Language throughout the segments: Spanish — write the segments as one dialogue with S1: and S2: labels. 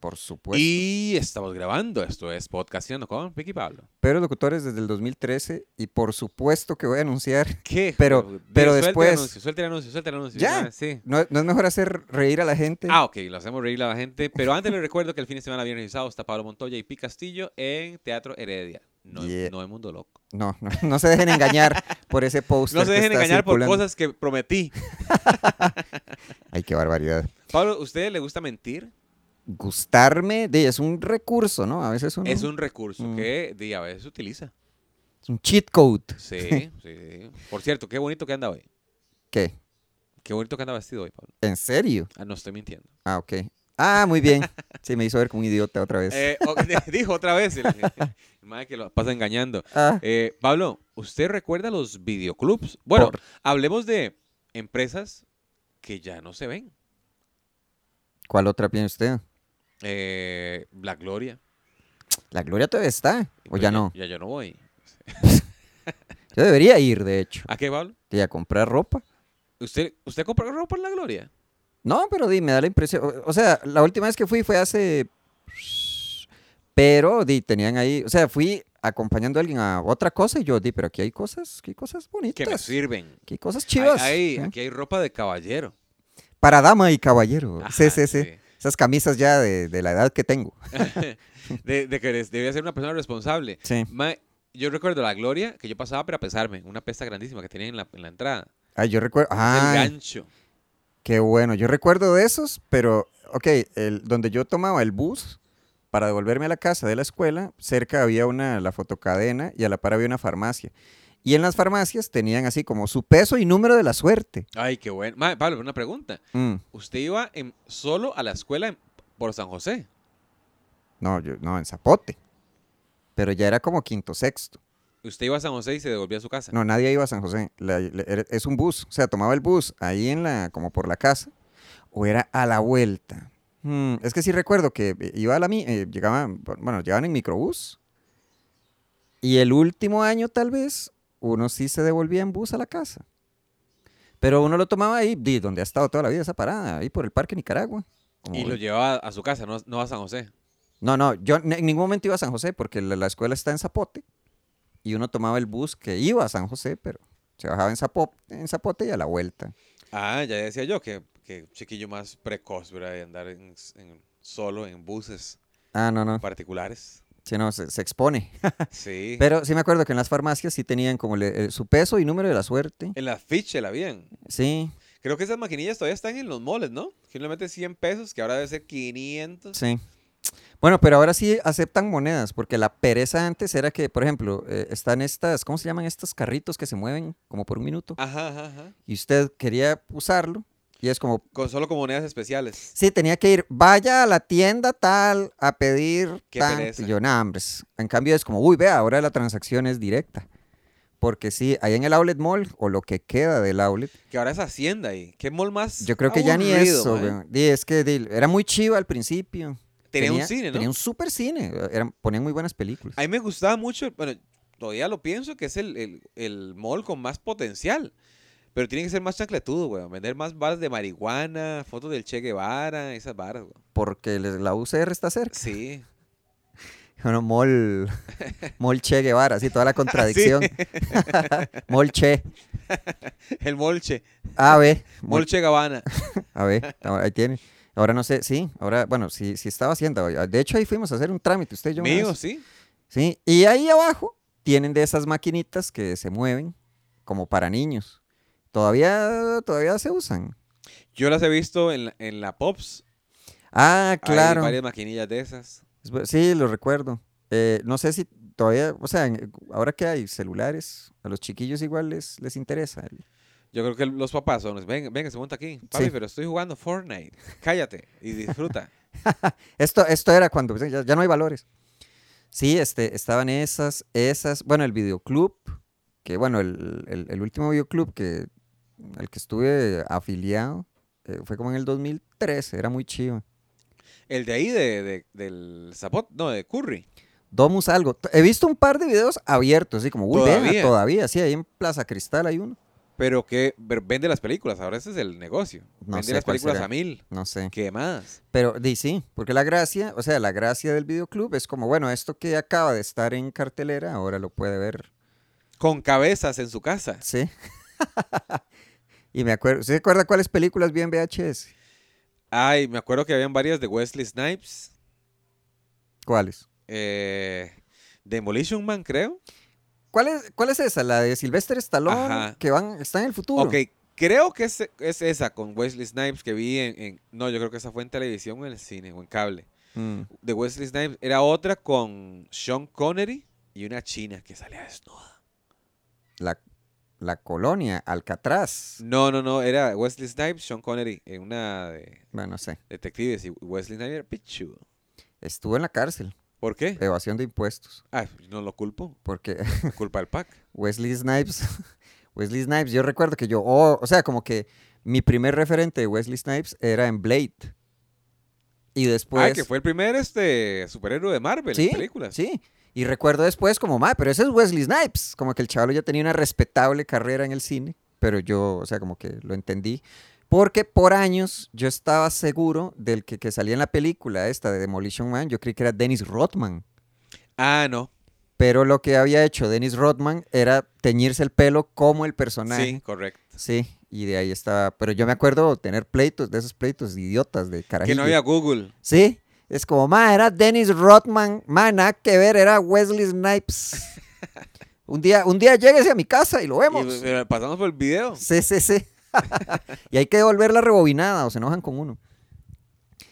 S1: Por supuesto.
S2: Y estamos grabando. Esto es Podcastinando con Vicky Pablo.
S1: Pero locutores desde el 2013 y por supuesto que voy a anunciar.
S2: ¿Qué?
S1: Pero-
S2: joder?
S1: pero
S2: Suelta el
S1: después-
S2: anuncio, Suelta el anuncio, suelta el anuncio.
S1: Ya.
S2: Ah, Sí.
S1: ¿No, no es mejor hacer reír a la gente?
S2: Ah, ok, lo hacemos reír a la gente. Pero antes les recuerdo que el fin de semana viernes y sábado está Pablo Montoya y Pi Castillo en Teatro Heredia. No, es-
S1: Yeah.
S2: no es Mundo Loco.
S1: No, no, no se dejen engañar por ese post.
S2: No se dejen engañar por cosas que prometí.
S1: Ay, qué barbaridad.
S2: Pablo, ¿a usted le gusta mentir?
S1: Gustarme de, es un recurso, ¿no? A veces uno-
S2: Es un recurso
S1: Mm.
S2: que di, a veces se utiliza.
S1: es un cheat code.
S2: Sí, sí, sí. Por cierto, qué bonito que anda hoy.
S1: ¿Qué?
S2: Qué bonito que anda vestido hoy, Pablo.
S1: ¿En serio?
S2: Ah, no estoy mintiendo.
S1: Ah, ok. Ah, muy bien. Sí, me hizo ver como un idiota otra vez.
S2: Eh, o- dijo otra vez el, el mae que lo pasa engañando.
S1: Ah,
S2: Eh, Pablo, ¿usted recuerda los videoclubs? Bueno,
S1: Por-
S2: hablemos de empresas que ya no se ven.
S1: ¿Cuál otra tiene usted?
S2: Eh, la Gloria.
S1: La gloria todavía está. O
S2: Pues
S1: ya no.
S2: Ya yo no voy.
S1: Yo debería ir, de hecho.
S2: ¿A qué, Pablo?
S1: Y a comprar ropa.
S2: ¿Usted, usted compra ropa en la Gloria?
S1: No, pero di, me da la impresión. o- O sea, la última vez que fui fue hace. Pero di, tenían ahí. O sea, fui acompañando a alguien a otra cosa y yo di, pero aquí hay cosas, aquí hay cosas
S2: Que me
S1: bonitas.
S2: sirven.
S1: Aquí hay cosas
S2: Hay-
S1: chivas.
S2: hay-
S1: ¿eh?
S2: Aquí hay ropa de caballero.
S1: Para dama y caballero. sí,
S2: Ajá,
S1: sí, sí, Esas camisas ya de, de la edad que tengo.
S2: sí. De, de que des- debía ser una persona responsable.
S1: Sí.
S2: Mae, yo recuerdo la Gloria que yo pasaba para pesarme. Una pesta grandísima que tenía en la, en la entrada.
S1: Ay, yo recuerdo.
S2: El
S1: Ah,
S2: gancho.
S1: qué bueno. Yo recuerdo de esos, pero, ok, el, donde yo tomaba el bus para devolverme a la casa de la escuela, cerca había una, la fotocadena y a la par había una farmacia. Y en las farmacias tenían así como su peso y número de la suerte.
S2: Ay, qué bueno. Mae, Pablo, una pregunta.
S1: Mm,
S2: ¿Usted iba en- solo a la escuela en- por San José?
S1: no, yo, no, en zapote. Pero ya era como quinto, sexto.
S2: Usted iba a San José y se devolvía a su casa.
S1: No, nadie iba a San José. La- la- era- es un bus. O sea, tomaba el bus ahí en la, como por la casa, o era a la vuelta. Mm, es que sí recuerdo que eh, iba a la mía, llegaban, bueno, llegaban en microbús. Y el último año, tal vez, uno sí se devolvía en bus a la casa. Pero uno lo tomaba ahí, di, donde ha estado toda la vida esa parada, ahí por el Parque Nicaragua. Como-
S2: Y lo llevaba a su casa, no, a- no a San José.
S1: No, no, yo n- en ningún momento iba a San José porque la, la escuela está en Zapote y uno tomaba el bus que iba a San José, pero se bajaba en Zapote, en Zapote y a la vuelta.
S2: Ah, ya decía yo que, que chiquillo más precoz, ¿verdad? De andar en- en- solo en buses
S1: Ah, no, no,
S2: particulares.
S1: sí, no, se, se expone.
S2: Sí.
S1: Pero sí me acuerdo que en las farmacias sí tenían como le- eh, su peso y número de la suerte.
S2: En la ficha la habían.
S1: Sí,
S2: Creo que esas maquinillas todavía están en los moles, ¿no? Simplemente 100 pesos, que ahora debe ser 500.
S1: sí. Bueno, pero ahora sí aceptan monedas, porque la pereza antes era que, por ejemplo, eh, están estas, ¿cómo se llaman estos carritos que se mueven como por un minuto?
S2: Ajá, ajá, ajá.
S1: Y usted quería usarlo y es como,
S2: Con solo con monedas especiales.
S1: Sí, tenía que ir, vaya a la tienda tal a pedir
S2: Qué
S1: tanto.
S2: pereza.
S1: Y yo, nah, hombre, es- En cambio es como, uy, vea, ahora la transacción es directa. Porque sí, ahí en el outlet mall, o lo que queda del outlet,
S2: Que ahora es Hacienda ahí. ¿Qué mall más?
S1: yo creo que ya ni
S2: aburrido,
S1: eso,
S2: mae?
S1: weón. Di, es que di, era muy chivo al principio.
S2: Tenía, un cine, ¿no?
S1: Tenía un super cine, eran, ponían muy buenas películas.
S2: A mí me gustaba mucho, bueno, todavía lo pienso que es el, el, el mall con más potencial. Pero tiene que ser más chancletudo, weón. Vender más balas de marihuana, fotos del Che Guevara, esas varas, weón.
S1: Porque les- la UCR está cerca.
S2: Sí.
S1: Bueno, mall, mall Che Guevara, así toda la contradicción. mall Che,
S2: El Molche.
S1: A, B, mall
S2: Molche Gabbana.
S1: A ver, ahora- ahí tiene. Ahora no sé, sí, ahora, bueno, sí, sí estaba haciendo. De hecho, ahí fuimos a hacer un trámite, usted y yo. una
S2: Mío,
S1: vez.
S2: sí.
S1: Sí, y ahí abajo tienen de esas maquinitas que se mueven como para niños. Todavía, todavía se usan.
S2: Yo las he visto en la, en la Pops.
S1: Ah, claro.
S2: Hay varias maquinillas de esas.
S1: Es bu- Sí, lo recuerdo. Eh, no sé si todavía, o sea, en- ahora que hay celulares, a los chiquillos igual les, les interesa. el-
S2: Yo creo que los papás son, los, ven, venga, se monta aquí. Papi,
S1: Sí.
S2: pero estoy jugando Fortnite. Cállate y disfruta.
S1: Esto, esto era cuando pues, ya, ya no hay valores. Sí, este, estaban esas, esas, bueno, el videoclub, que bueno, el, el- el último videoclub que, al que estuve afiliado eh, fue como en el 2013, era muy chido.
S2: El de ahí, de, de- del Zapot, no, de Curry.
S1: Domus algo. T- He visto un par de videos abiertos, así como, uy, vea,
S2: Todavía.
S1: todavía, sí, ahí en Plaza Cristal hay uno.
S2: Pero que pero vende las películas, ahora ese es el negocio.
S1: No
S2: vende
S1: sé
S2: las
S1: cuál
S2: películas
S1: será.
S2: a mil.
S1: No sé.
S2: ¿Qué más?
S1: Pero di sí, porque la gracia, o sea, la gracia del videoclub es como, bueno, esto que acaba de estar en cartelera, ahora lo puede ver.
S2: Con cabezas en su casa.
S1: Sí. y me acuerdo, ¿se acuerda cuáles películas vi en VHS?
S2: Ay, me acuerdo que habían varias de Wesley Snipes.
S1: ¿Cuáles?
S2: eh, Demolition Man, creo.
S1: ¿Cuál es, cuál es esa? La de Sylvester Stallone,
S2: Ajá.
S1: que van, está en el futuro.
S2: Ok, creo que es, es esa con Wesley Snipes que vi en, en- No, yo creo que esa fue en televisión o en el cine o en cable.
S1: Mm.
S2: De Wesley Snipes era otra con Sean Connery y una china que salía desnuda.
S1: La, la colonia, Alcatraz.
S2: No, no, no, era Wesley Snipes, Sean Connery en una de
S1: Bueno, no sé.
S2: detectives y Wesley Snipes era pichudo.
S1: Estuvo en la cárcel,
S2: ¿Por qué?
S1: evasión de impuestos,
S2: Ah, no lo culpo,
S1: porque
S2: la culpa del PAC. Ah,
S1: Wesley Snipes. Wesley Snipes, yo recuerdo que yo, oh, o sea, como que mi primer referente de Wesley Snipes era en Blade. Y después.
S2: ah, que fue el primer este superhéroe de Marvel
S1: Pues Sí,
S2: en películas.
S1: Sí. Y recuerdo después como, ma, pero ese es Wesley Snipes. Como que el chaval ya tenía una respetable carrera en el cine, pero yo, o sea, como que lo entendí. Porque por años yo estaba seguro del que, que salía en la película esta de Demolition Man, yo creí que era Dennis Rodman.
S2: Ah, no.
S1: Pero lo que había hecho Dennis Rodman era teñirse el pelo como el
S2: Sí,
S1: personaje.
S2: correcto.
S1: Sí. y de ahí estaba. Pero yo me acuerdo tener pleitos, de esos pleitos idiotas de carajillo.
S2: Que no había Google.
S1: Sí, es como, ma, era Dennis Rodman, ma, nada que ver, era Wesley Snipes. un día, un día lléguese a mi casa y lo vemos.
S2: Y, pero eh, pasamos por el video.
S1: Sí, sí, sí. y hay que devolver la rebobinada o se enojan con uno.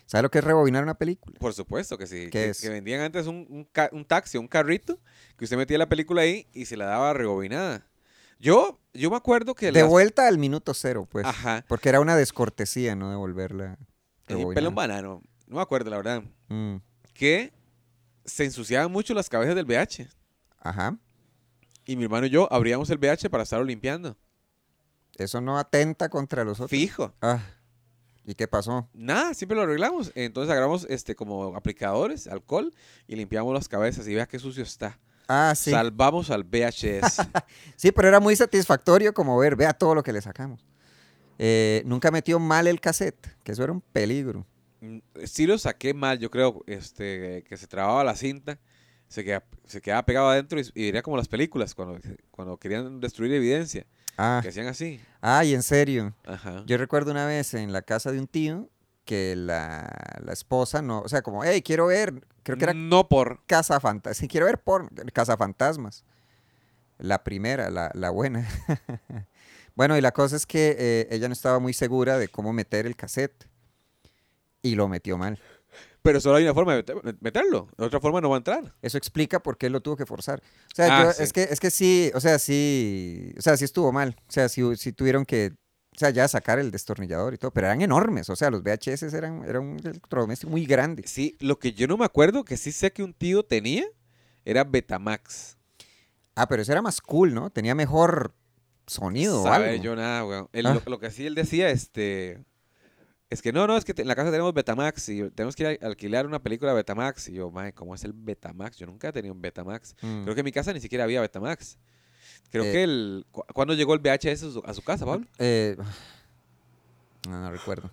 S1: ¿Sabes lo que es rebobinar una película?
S2: Por supuesto que sí.
S1: ¿Qué
S2: que,
S1: es?
S2: que vendían antes un, un ca- un taxi, un carrito, que usted metía la película ahí y se la daba rebobinada. Yo, yo me acuerdo que
S1: de
S2: las-
S1: vuelta al minuto cero, pues.
S2: Ajá.
S1: Porque era una descortesía no devolverla.
S2: Y pelón banano. No me acuerdo, la verdad.
S1: Mm,
S2: Que se ensuciaban mucho las cabezas del VH.
S1: Ajá.
S2: Y mi hermano y yo abríamos el VH para estarlo limpiando.
S1: Eso no atenta contra los otros.
S2: Fijo.
S1: Ah. ¿Y qué pasó?
S2: Nada, siempre lo arreglamos. Entonces agarramos este como aplicadores, alcohol, y limpiamos las cabezas y vea qué sucio está.
S1: Ah, sí.
S2: Salvamos al VHS.
S1: Sí, pero era muy satisfactorio como ver, vea todo lo que le sacamos. Eh, nunca metió mal el cassette, que eso era un peligro.
S2: Mm, Sí lo saqué mal, yo creo, este, que se trababa la cinta, se queda- se quedaba pegado adentro y, y era como las películas, cuando, cuando querían destruir evidencia,
S1: Ah,
S2: que hacían así.
S1: ay, en serio.
S2: Ajá.
S1: Yo recuerdo una vez en la casa de un tío que la, la esposa no, o sea, como, hey, quiero ver, creo que era
S2: No por...
S1: Casa Fantasmas, quiero ver porno, Casa Fantasmas. La primera, la, la buena. bueno, y la cosa es que eh, ella no estaba muy segura de cómo meter el cassette y lo metió mal.
S2: Pero solo hay una forma de meter- meterlo, de otra forma no va a entrar.
S1: Eso explica por qué lo tuvo que forzar. O sea,
S2: Ah,
S1: yo-
S2: sí.
S1: es, que, es que sí, o sea, sí, o sea, sí estuvo mal. O sea, sí, sí tuvieron que, o sea, ya sacar el destornillador y todo, pero eran enormes. O sea, los VHS eran, eran un electrodoméstico muy grande.
S2: Sí, lo que yo no me acuerdo, que sí sé que un tío tenía, era Betamax.
S1: Ah, pero eso era más cool, ¿no? Tenía mejor sonido o
S2: Sabe
S1: algo.
S2: yo nada, weón. Él-
S1: Ah.
S2: lo, lo que sí él decía, este... Es que no, no, es que te- en la casa tenemos Betamax y tenemos que ir a alquilar una película de Betamax. Y yo, madre, ¿cómo es el Betamax? Yo nunca he tenido un Betamax.
S1: Mm.
S2: Creo que en mi casa ni siquiera había Betamax. Creo
S1: Eh,
S2: que el. cu- ¿Cuándo llegó el VHS a su, a su casa, Pablo?
S1: Eh, no, no recuerdo.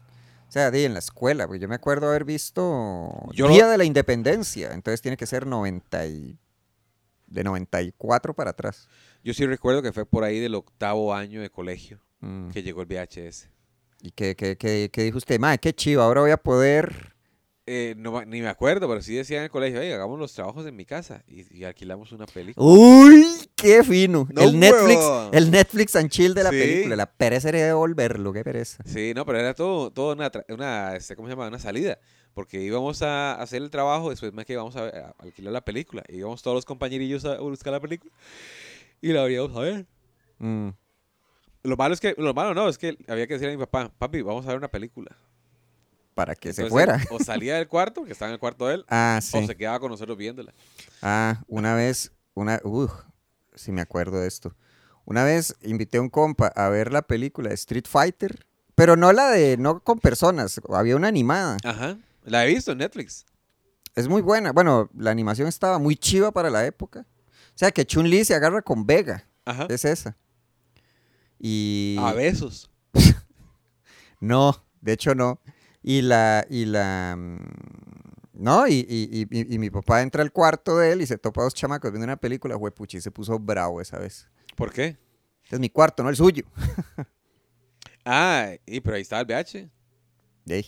S1: O sea, di en la escuela, porque yo me acuerdo haber visto
S2: Yo lo-
S1: Día de la Independencia, entonces tiene que ser 90 y... de 94 para atrás.
S2: Yo sí recuerdo que fue por ahí del octavo año de colegio
S1: Mm.
S2: que llegó el VHS.
S1: ¿Y qué, qué- qué- qué dijo usted? Madre, qué chivo, ahora voy a poder.
S2: Eh, no ma- ni me acuerdo, pero sí decía en el colegio, "Ey, hagamos los trabajos en mi casa y, y alquilamos una película.
S1: ¡Uy! ¡Qué fino!
S2: No,
S1: el Netflix,
S2: huevón.
S1: el Netflix and chill de la
S2: Sí.
S1: película. La pereza era devolverlo, qué pereza.
S2: Sí, no, pero era todo, todo una, tra- una, este, ¿cómo se llama? Una salida. Porque íbamos a hacer el trabajo, después más que íbamos a, a alquilar la película. Íbamos todos los compañerillos a buscar la película y la habríamos a ver.
S1: Mm.
S2: Lo malo es que, lo malo no, es que había que decirle a mi papá, papi, vamos a ver una película.
S1: Para que se
S2: Entonces,
S1: fuera.
S2: O salía del cuarto, porque estaba en el cuarto de él,
S1: Ah,
S2: o
S1: sí.
S2: se quedaba con nosotros viéndola.
S1: Ah, una vez, una, uff, si me acuerdo de esto. Una vez invité a un compa a ver la película de Street Fighter, pero no la de, no con personas, había una animada.
S2: Ajá. La he visto en Netflix.
S1: Es muy buena. Bueno, la animación estaba muy chiva para la época. O sea, que Chun-Li se agarra con Vega.
S2: Ajá.
S1: Es esa. Y
S2: A besos.
S1: No, de hecho no. Y la, y la, mm, no, y, y- y- y- y mi papá entra al cuarto de él y se topa a dos chamacos viendo una película, juepuchi, se puso bravo esa vez. Este
S2: ¿Por qué?
S1: Es mi cuarto, no el suyo.
S2: Ah, y pero ahí estaba el VH.
S1: De ahí.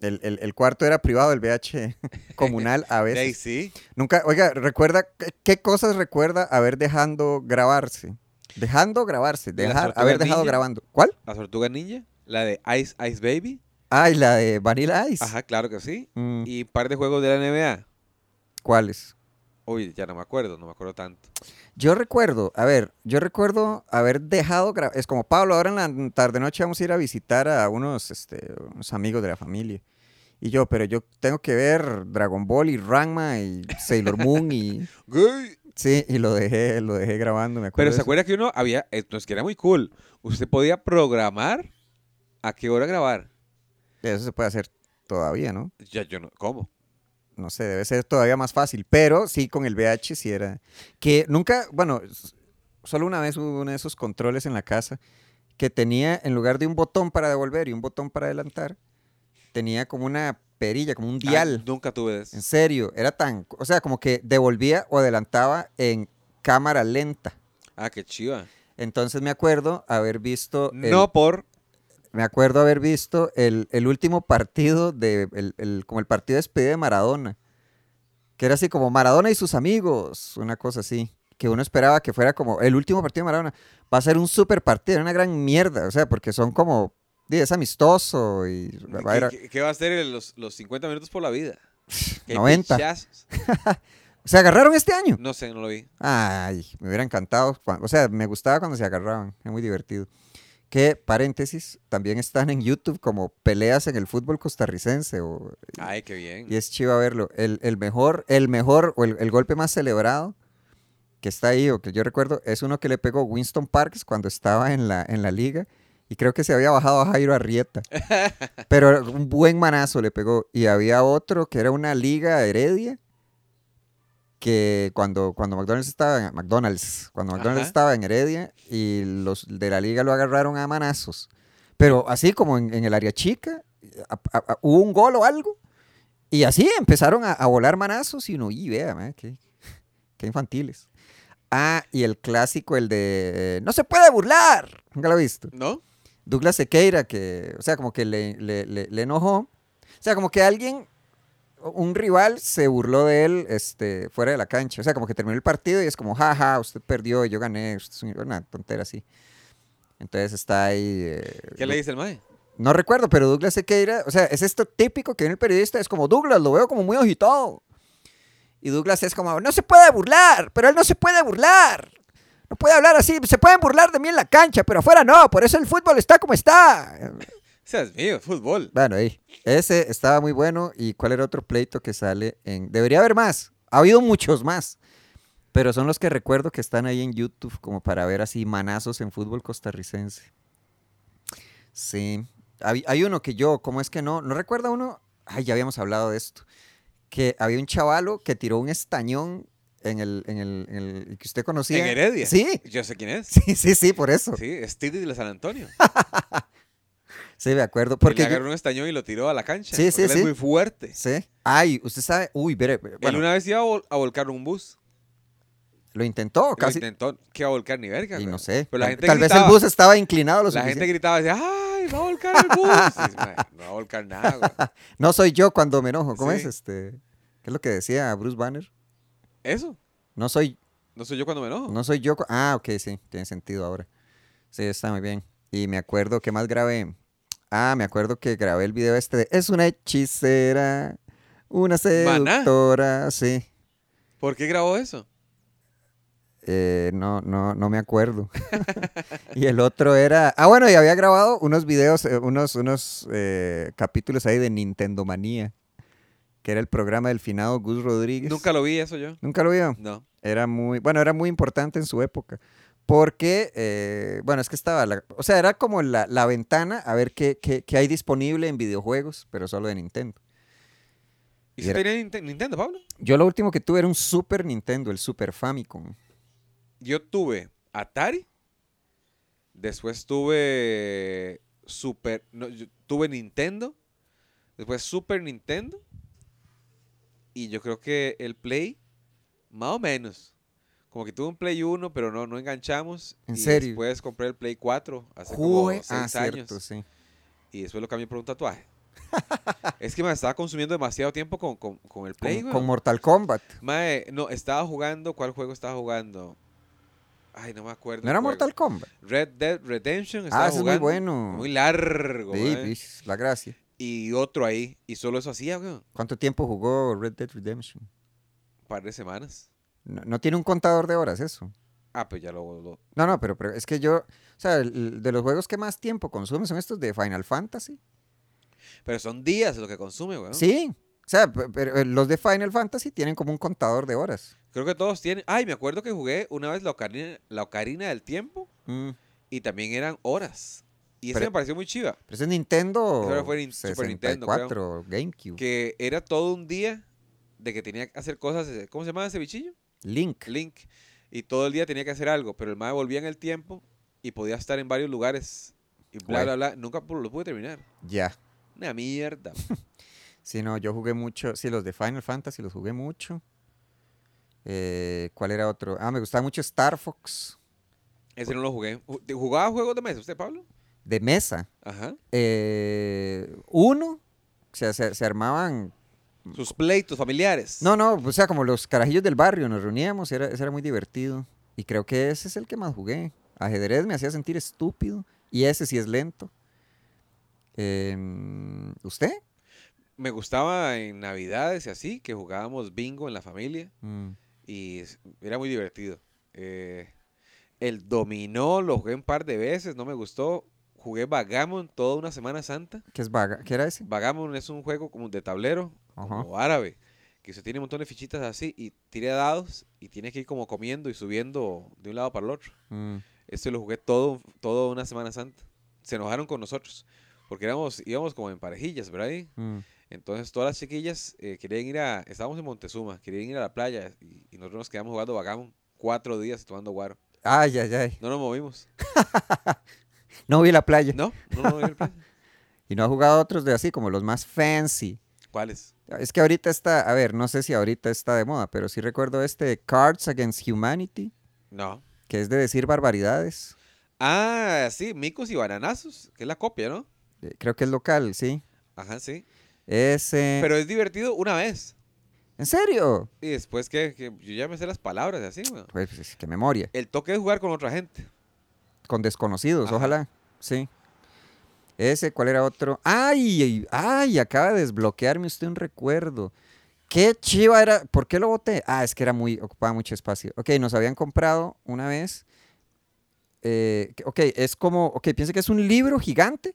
S1: El, el- el cuarto era privado, el VH comunal a
S2: De ahí
S1: veces.
S2: sí.
S1: Nunca, oiga, recuerda, qué- ¿qué cosas recuerda haber dejando grabarse? Dejando grabarse,
S2: De las
S1: dejar,
S2: tortugas
S1: haber dejado
S2: ninja.
S1: grabando. ¿Cuál?
S2: La Tortuga Ninja, la de Ice Ice Baby.
S1: Ah, y la de Vanilla Ice.
S2: Ajá, claro que sí.
S1: Mm,
S2: Y un par de juegos de la NBA.
S1: ¿Cuáles?
S2: Uy, ya no me acuerdo, no me acuerdo tanto.
S1: Yo recuerdo, a ver, yo recuerdo haber dejado gra- Es como Pablo, ahora en la tarde noche vamos a ir a visitar a unos, este, unos amigos de la familia. Y yo, pero yo tengo que ver Dragon Ball y Ranma y Sailor Moon y. Sí, y lo dejé, lo dejé grabando, me acuerdo.
S2: Pero se
S1: de eso.
S2: acuerda que uno había, eh, no es que era muy cool. Usted podía programar a qué hora grabar.
S1: Eso se puede hacer todavía, ¿no?
S2: Ya yo no, ¿cómo?
S1: No sé, debe ser todavía más fácil. Pero sí, con el VH sí era. Que nunca, bueno, s- solo una vez hubo uno de esos controles en la casa que tenía, en lugar de un botón para devolver y un botón para adelantar, tenía como una perilla, como un
S2: Ay,
S1: dial.
S2: Ah, nunca tuve de eso.
S1: En serio, era tan. O sea, como que devolvía o adelantaba en cámara lenta.
S2: Ah, qué chiva.
S1: Entonces me acuerdo haber visto. el-
S2: No por.
S1: me acuerdo haber visto el, el último partido de el- el- como el partido de despedida de Maradona. Que era así como Maradona y sus amigos, una cosa así. Que uno esperaba que fuera como el último partido de Maradona. Va a ser un super partido, era una gran mierda. O sea, porque son como. di, Es amistoso y. va a haber-
S2: ¿Qué, qué- qué va a ser el- los, los 50 minutos por la vida? ¿Qué
S1: 90.
S2: pichazos?
S1: ¿Se agarraron este año?
S2: No sé, no lo vi.
S1: Ay, me hubiera encantado. cua- O sea, me gustaba cuando se agarraban. Era muy divertido. Que, paréntesis, también están en YouTube como peleas en el fútbol costarricense o
S2: Ay, qué bien.
S1: Y es chido verlo. El, el mejor, el mejor o el, el golpe más celebrado que está ahí o que yo recuerdo es uno que le pegó Winston Parks cuando estaba en la, en la liga y creo que se había bajado a Jairo Arrieta. Pero un buen manazo le pegó. Y había otro que era una liga heredia que cuando, cuando McDonald's estaba en McDonald's, cuando McDonald's
S2: Ajá.
S1: estaba en Heredia y los de la liga lo agarraron a manazos. Pero así como en, en el área chica, a- a- a- hubo un gol o algo. Y así empezaron a, a volar manazos y uno, y vea, mae, qué, qué infantiles. Ah, y el clásico, el de eh, No se puede burlar. Nunca lo he visto.
S2: ¿No?
S1: Douglas Sequeira, que, o sea, como que le, le- le- le enojó. O sea, como que alguien, un rival, se burló de él este, fuera de la cancha. O sea, como que terminó el partido y es como, jaja, usted perdió, yo gané. Usted es un- una tontera así. Entonces está ahí. eh,
S2: ¿Qué le dice el mae?
S1: no recuerdo, pero Douglas Sequeira, o sea, es esto típico que viene el periodista, es como Douglas, lo veo como muy agitado. Y Douglas es como, no se puede burlar, pero él no se puede burlar. No puede hablar así, se pueden burlar de mí en la cancha, pero afuera no, por eso el fútbol está como está.
S2: Seas mío, fútbol.
S1: Bueno, ahí. Ese estaba muy bueno. ¿Y cuál era otro pleito que sale en.? Debería haber más. Ha habido muchos más. Pero son los que recuerdo que están ahí en YouTube, como para ver así manazos en fútbol costarricense. Sí. Hay, hay uno que yo, ¿cómo es que no? ¿No recuerda uno? Ay, ya habíamos hablado de esto. Que había un chavalo que tiró un estañón en el, en el, en el que usted conocía.
S2: En Heredia.
S1: Sí,
S2: Yo sé quién es. Sí,
S1: sí, sí, sí, por eso.
S2: es Titi de la San Antonio.
S1: Sí, me acuerdo.
S2: Porque
S1: Porque
S2: le
S1: yo-
S2: agarró un estañón y lo tiró a la cancha.
S1: Sí,
S2: porque
S1: sí,
S2: él
S1: sí.
S2: Es muy fuerte.
S1: Sí. Ay, usted sabe. Uy, veré. bueno.
S2: Él una vez iba a, vol- a volcar un bus.
S1: Lo intentó, casi.
S2: Lo intentó. ¿Qué va a volcar ni verga?
S1: y
S2: güey.
S1: no sé.
S2: Pero la
S1: tal
S2: gente
S1: tal vez el
S2: gritaba.
S1: bus estaba inclinado lo
S2: La gente
S1: suficiente.
S2: gritaba decía, ¡ay, va a volcar el bus! Y dice, "Mae, no va a volcar nada, güey".
S1: No soy yo cuando me enojo. ¿Cómo es
S2: Sí.
S1: este? ¿Qué es lo que decía Bruce Banner?
S2: Eso.
S1: No soy,
S2: No soy yo cuando me enojo.
S1: no soy yo. cu- Ah, ok, sí, tiene sentido ahora. Sí, está muy bien. Y me acuerdo que más grabé. Ah, me acuerdo que grabé el video este de Es una hechicera, una
S2: Maná.
S1: seductora, sí.
S2: ¿Por qué grabó eso?
S1: Eh, no, no, no me acuerdo. y el otro era. Ah, bueno, y había grabado unos videos, eh, unos, unos eh, capítulos ahí de Nintendo Manía, que era el programa del finado Gus Rodríguez.
S2: Nunca lo vi eso yo.
S1: Nunca lo vio.
S2: No.
S1: Era muy, bueno, era muy importante en su época. Porque, eh, bueno, es que estaba, la- o sea, era como la, la ventana a ver qué, qué, qué hay disponible en videojuegos, pero solo de Nintendo.
S2: ¿Y
S1: Y
S2: si
S1: era-
S2: tenía Ninte- Nintendo, Pablo?
S1: Yo lo último que tuve era un Super Nintendo, el Super Famicom.
S2: Yo tuve Atari, Después tuve Super. no, yo tuve Nintendo. Después Super Nintendo. Y yo creo que el Play, más o menos. Como que tuve un Play 1, pero no, no enganchamos.
S1: ¿En
S2: y
S1: serio?
S2: después compré el Play 4 hace como
S1: Jue-
S2: 6
S1: Ah,
S2: años.
S1: cierto, sí.
S2: Y después lo cambié por un tatuaje. es que me estaba consumiendo demasiado tiempo con, con- con el Play,
S1: Con,
S2: weón.
S1: con Mortal Kombat.
S2: Mae, no, estaba jugando. ¿Cuál juego estaba jugando? Ay, no me acuerdo.
S1: ¿No
S2: el
S1: era
S2: juego.
S1: Mortal Kombat?
S2: Red Dead Redemption estaba
S1: Ah, ese es muy
S2: jugando.
S1: bueno.
S2: Muy largo,
S1: Sí,
S2: mae.
S1: bish, la gracia.
S2: Y otro ahí. Y solo eso hacía, weón.
S1: ¿Cuánto tiempo jugó Red Dead Redemption?
S2: Un par de semanas.
S1: No, no tiene un contador de horas eso.
S2: Ah, pues ya lo. lo-
S1: No, no, pero, pero es que yo, o sea, el- el- de los juegos que más tiempo consumen son estos de Final Fantasy.
S2: Pero son días lo que consume, weón.
S1: Sí, o sea, pe- pero eh, los de Final Fantasy tienen como un contador de horas.
S2: Creo que todos tienen. Ay, me acuerdo que jugué una vez la ocarina, la ocarina del tiempo. Y también eran horas. Y ese
S1: Pero-
S2: me pareció muy chiva.
S1: Pero ese es Nintendo.
S2: Eso fue Nin- Super Nintendo, creo.
S1: 64, GameCube,
S2: Que era todo un día de que tenía que hacer cosas. eh, ¿Cómo se llama ese bichillo?
S1: Link.
S2: Link. Y todo el día tenía que hacer algo. Pero el mae volvía en el tiempo y podía estar en varios lugares. Y
S1: Guay.
S2: bla, bla, bla. Nunca pu- lo pude terminar.
S1: Ya.
S2: Una mierda.
S1: Sí, no, yo jugué mucho. Sí, los de Final Fantasy los jugué mucho. Eh, ¿Cuál era otro? Ah, me gustaba mucho Star Fox.
S2: Ese no lo jugué. Ju- ¿te- ¿Jugaba juegos de mesa usted, Pablo?
S1: De mesa.
S2: Ajá.
S1: Eh, uno. O sea, se, se armaban.
S2: Sus pleitos familiares.
S1: No, no, o sea, como los carajillos del barrio, nos reuníamos, era, ese era muy divertido. Y creo que ese es el que más jugué. Ajedrez me hacía sentir estúpido. Y ese sí es lento. Em, ¿Usted?
S2: Me gustaba en Navidades y así, que jugábamos bingo en la familia.
S1: Mm.
S2: Y es- era muy divertido. Eh, el dominó lo jugué un par de veces, no me gustó. Jugué Vagamon toda una Semana Santa.
S1: ¿Qué es vaga? ¿Qué era ese?
S2: Vagamon es un juego como de tablero,
S1: Ajá.
S2: como árabe, que se tiene un montón de fichitas así y tira dados y tienes que ir como comiendo y subiendo de un lado para el otro.
S1: Mm.
S2: Este lo jugué todo, todo una Semana Santa. Se enojaron con nosotros. Porque éramos, íbamos como en parejillas, ¿verdad? ahí?
S1: Mm.
S2: Entonces todas las chiquillas eh, querían ir a... Estábamos en Montezuma, querían ir a la playa y, y nosotros nos quedamos jugando Vagamon cuatro días y tomando guaro.
S1: Ay, ay, ay.
S2: No nos movimos.
S1: No vi la playa.
S2: ¿No? No nos movimos. playa.
S1: Y no ha jugado otros de así, como los más fancy.
S2: ¿Cuáles?
S1: Es que ahorita está, a ver, no sé si ahorita está de moda, pero sí recuerdo este de Cards Against Humanity,
S2: No.
S1: que es de decir barbaridades.
S2: Ah, sí, micos y bananazos, que es la copia, ¿no?
S1: Eh, Creo que es local, sí.
S2: Ajá, sí.
S1: Ese.
S2: Pero es divertido una vez.
S1: ¿En serio?
S2: Y después que, que yo ya me sé las palabras y así, weón.
S1: Pues, pues, qué memoria.
S2: El toque de jugar con otra gente.
S1: Con desconocidos,
S2: Ajá.
S1: ojalá. Sí. Ese, ¿cuál era otro? ¡Ay! ay, ¡Ay! Acaba de desbloquearme usted un recuerdo. ¡Qué chiva era! ¿Por qué lo boté? Ah, es que era muy, ocupaba mucho espacio. Ok, nos habían comprado una vez. eh, que- ok, es como, ok, piensa que es un libro gigante,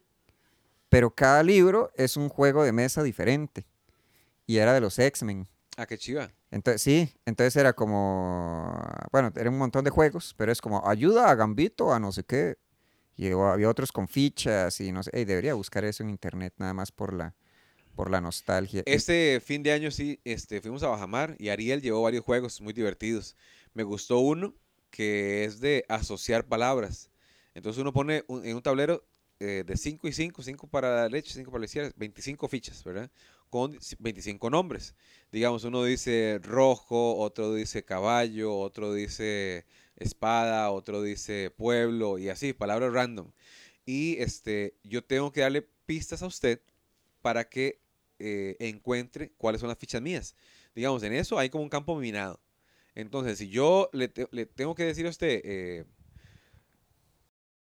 S1: pero cada libro es un juego de mesa diferente. Y era de los X-Men.
S2: Ah, qué chiva.
S1: Entonces, sí, entonces era como, bueno, era un montón de juegos, pero es como ayuda a Gambito, a no sé qué. Y o había otros con fichas y no sé, ey, debería buscar eso en internet nada más por la, por la nostalgia. Y-
S2: Este fin de año sí, este, fuimos a Bajamar y Ariel llevó varios juegos muy divertidos. Me gustó uno que es de asociar palabras. Entonces uno pone un- en un tablero eh, de 5 y 5, 5 para la derecha, 5 para la izquierda, 25 fichas, ¿verdad? Con ci- 25 nombres. Digamos, uno dice rojo, otro dice caballo, otro dice espada, otro dice pueblo y así, palabras random. Y este, yo tengo que darle pistas a usted para que eh, encuentre cuáles son las fichas mías. Digamos, en eso hay como un campo minado. Entonces, si yo le, te- le tengo que decir a usted, eh,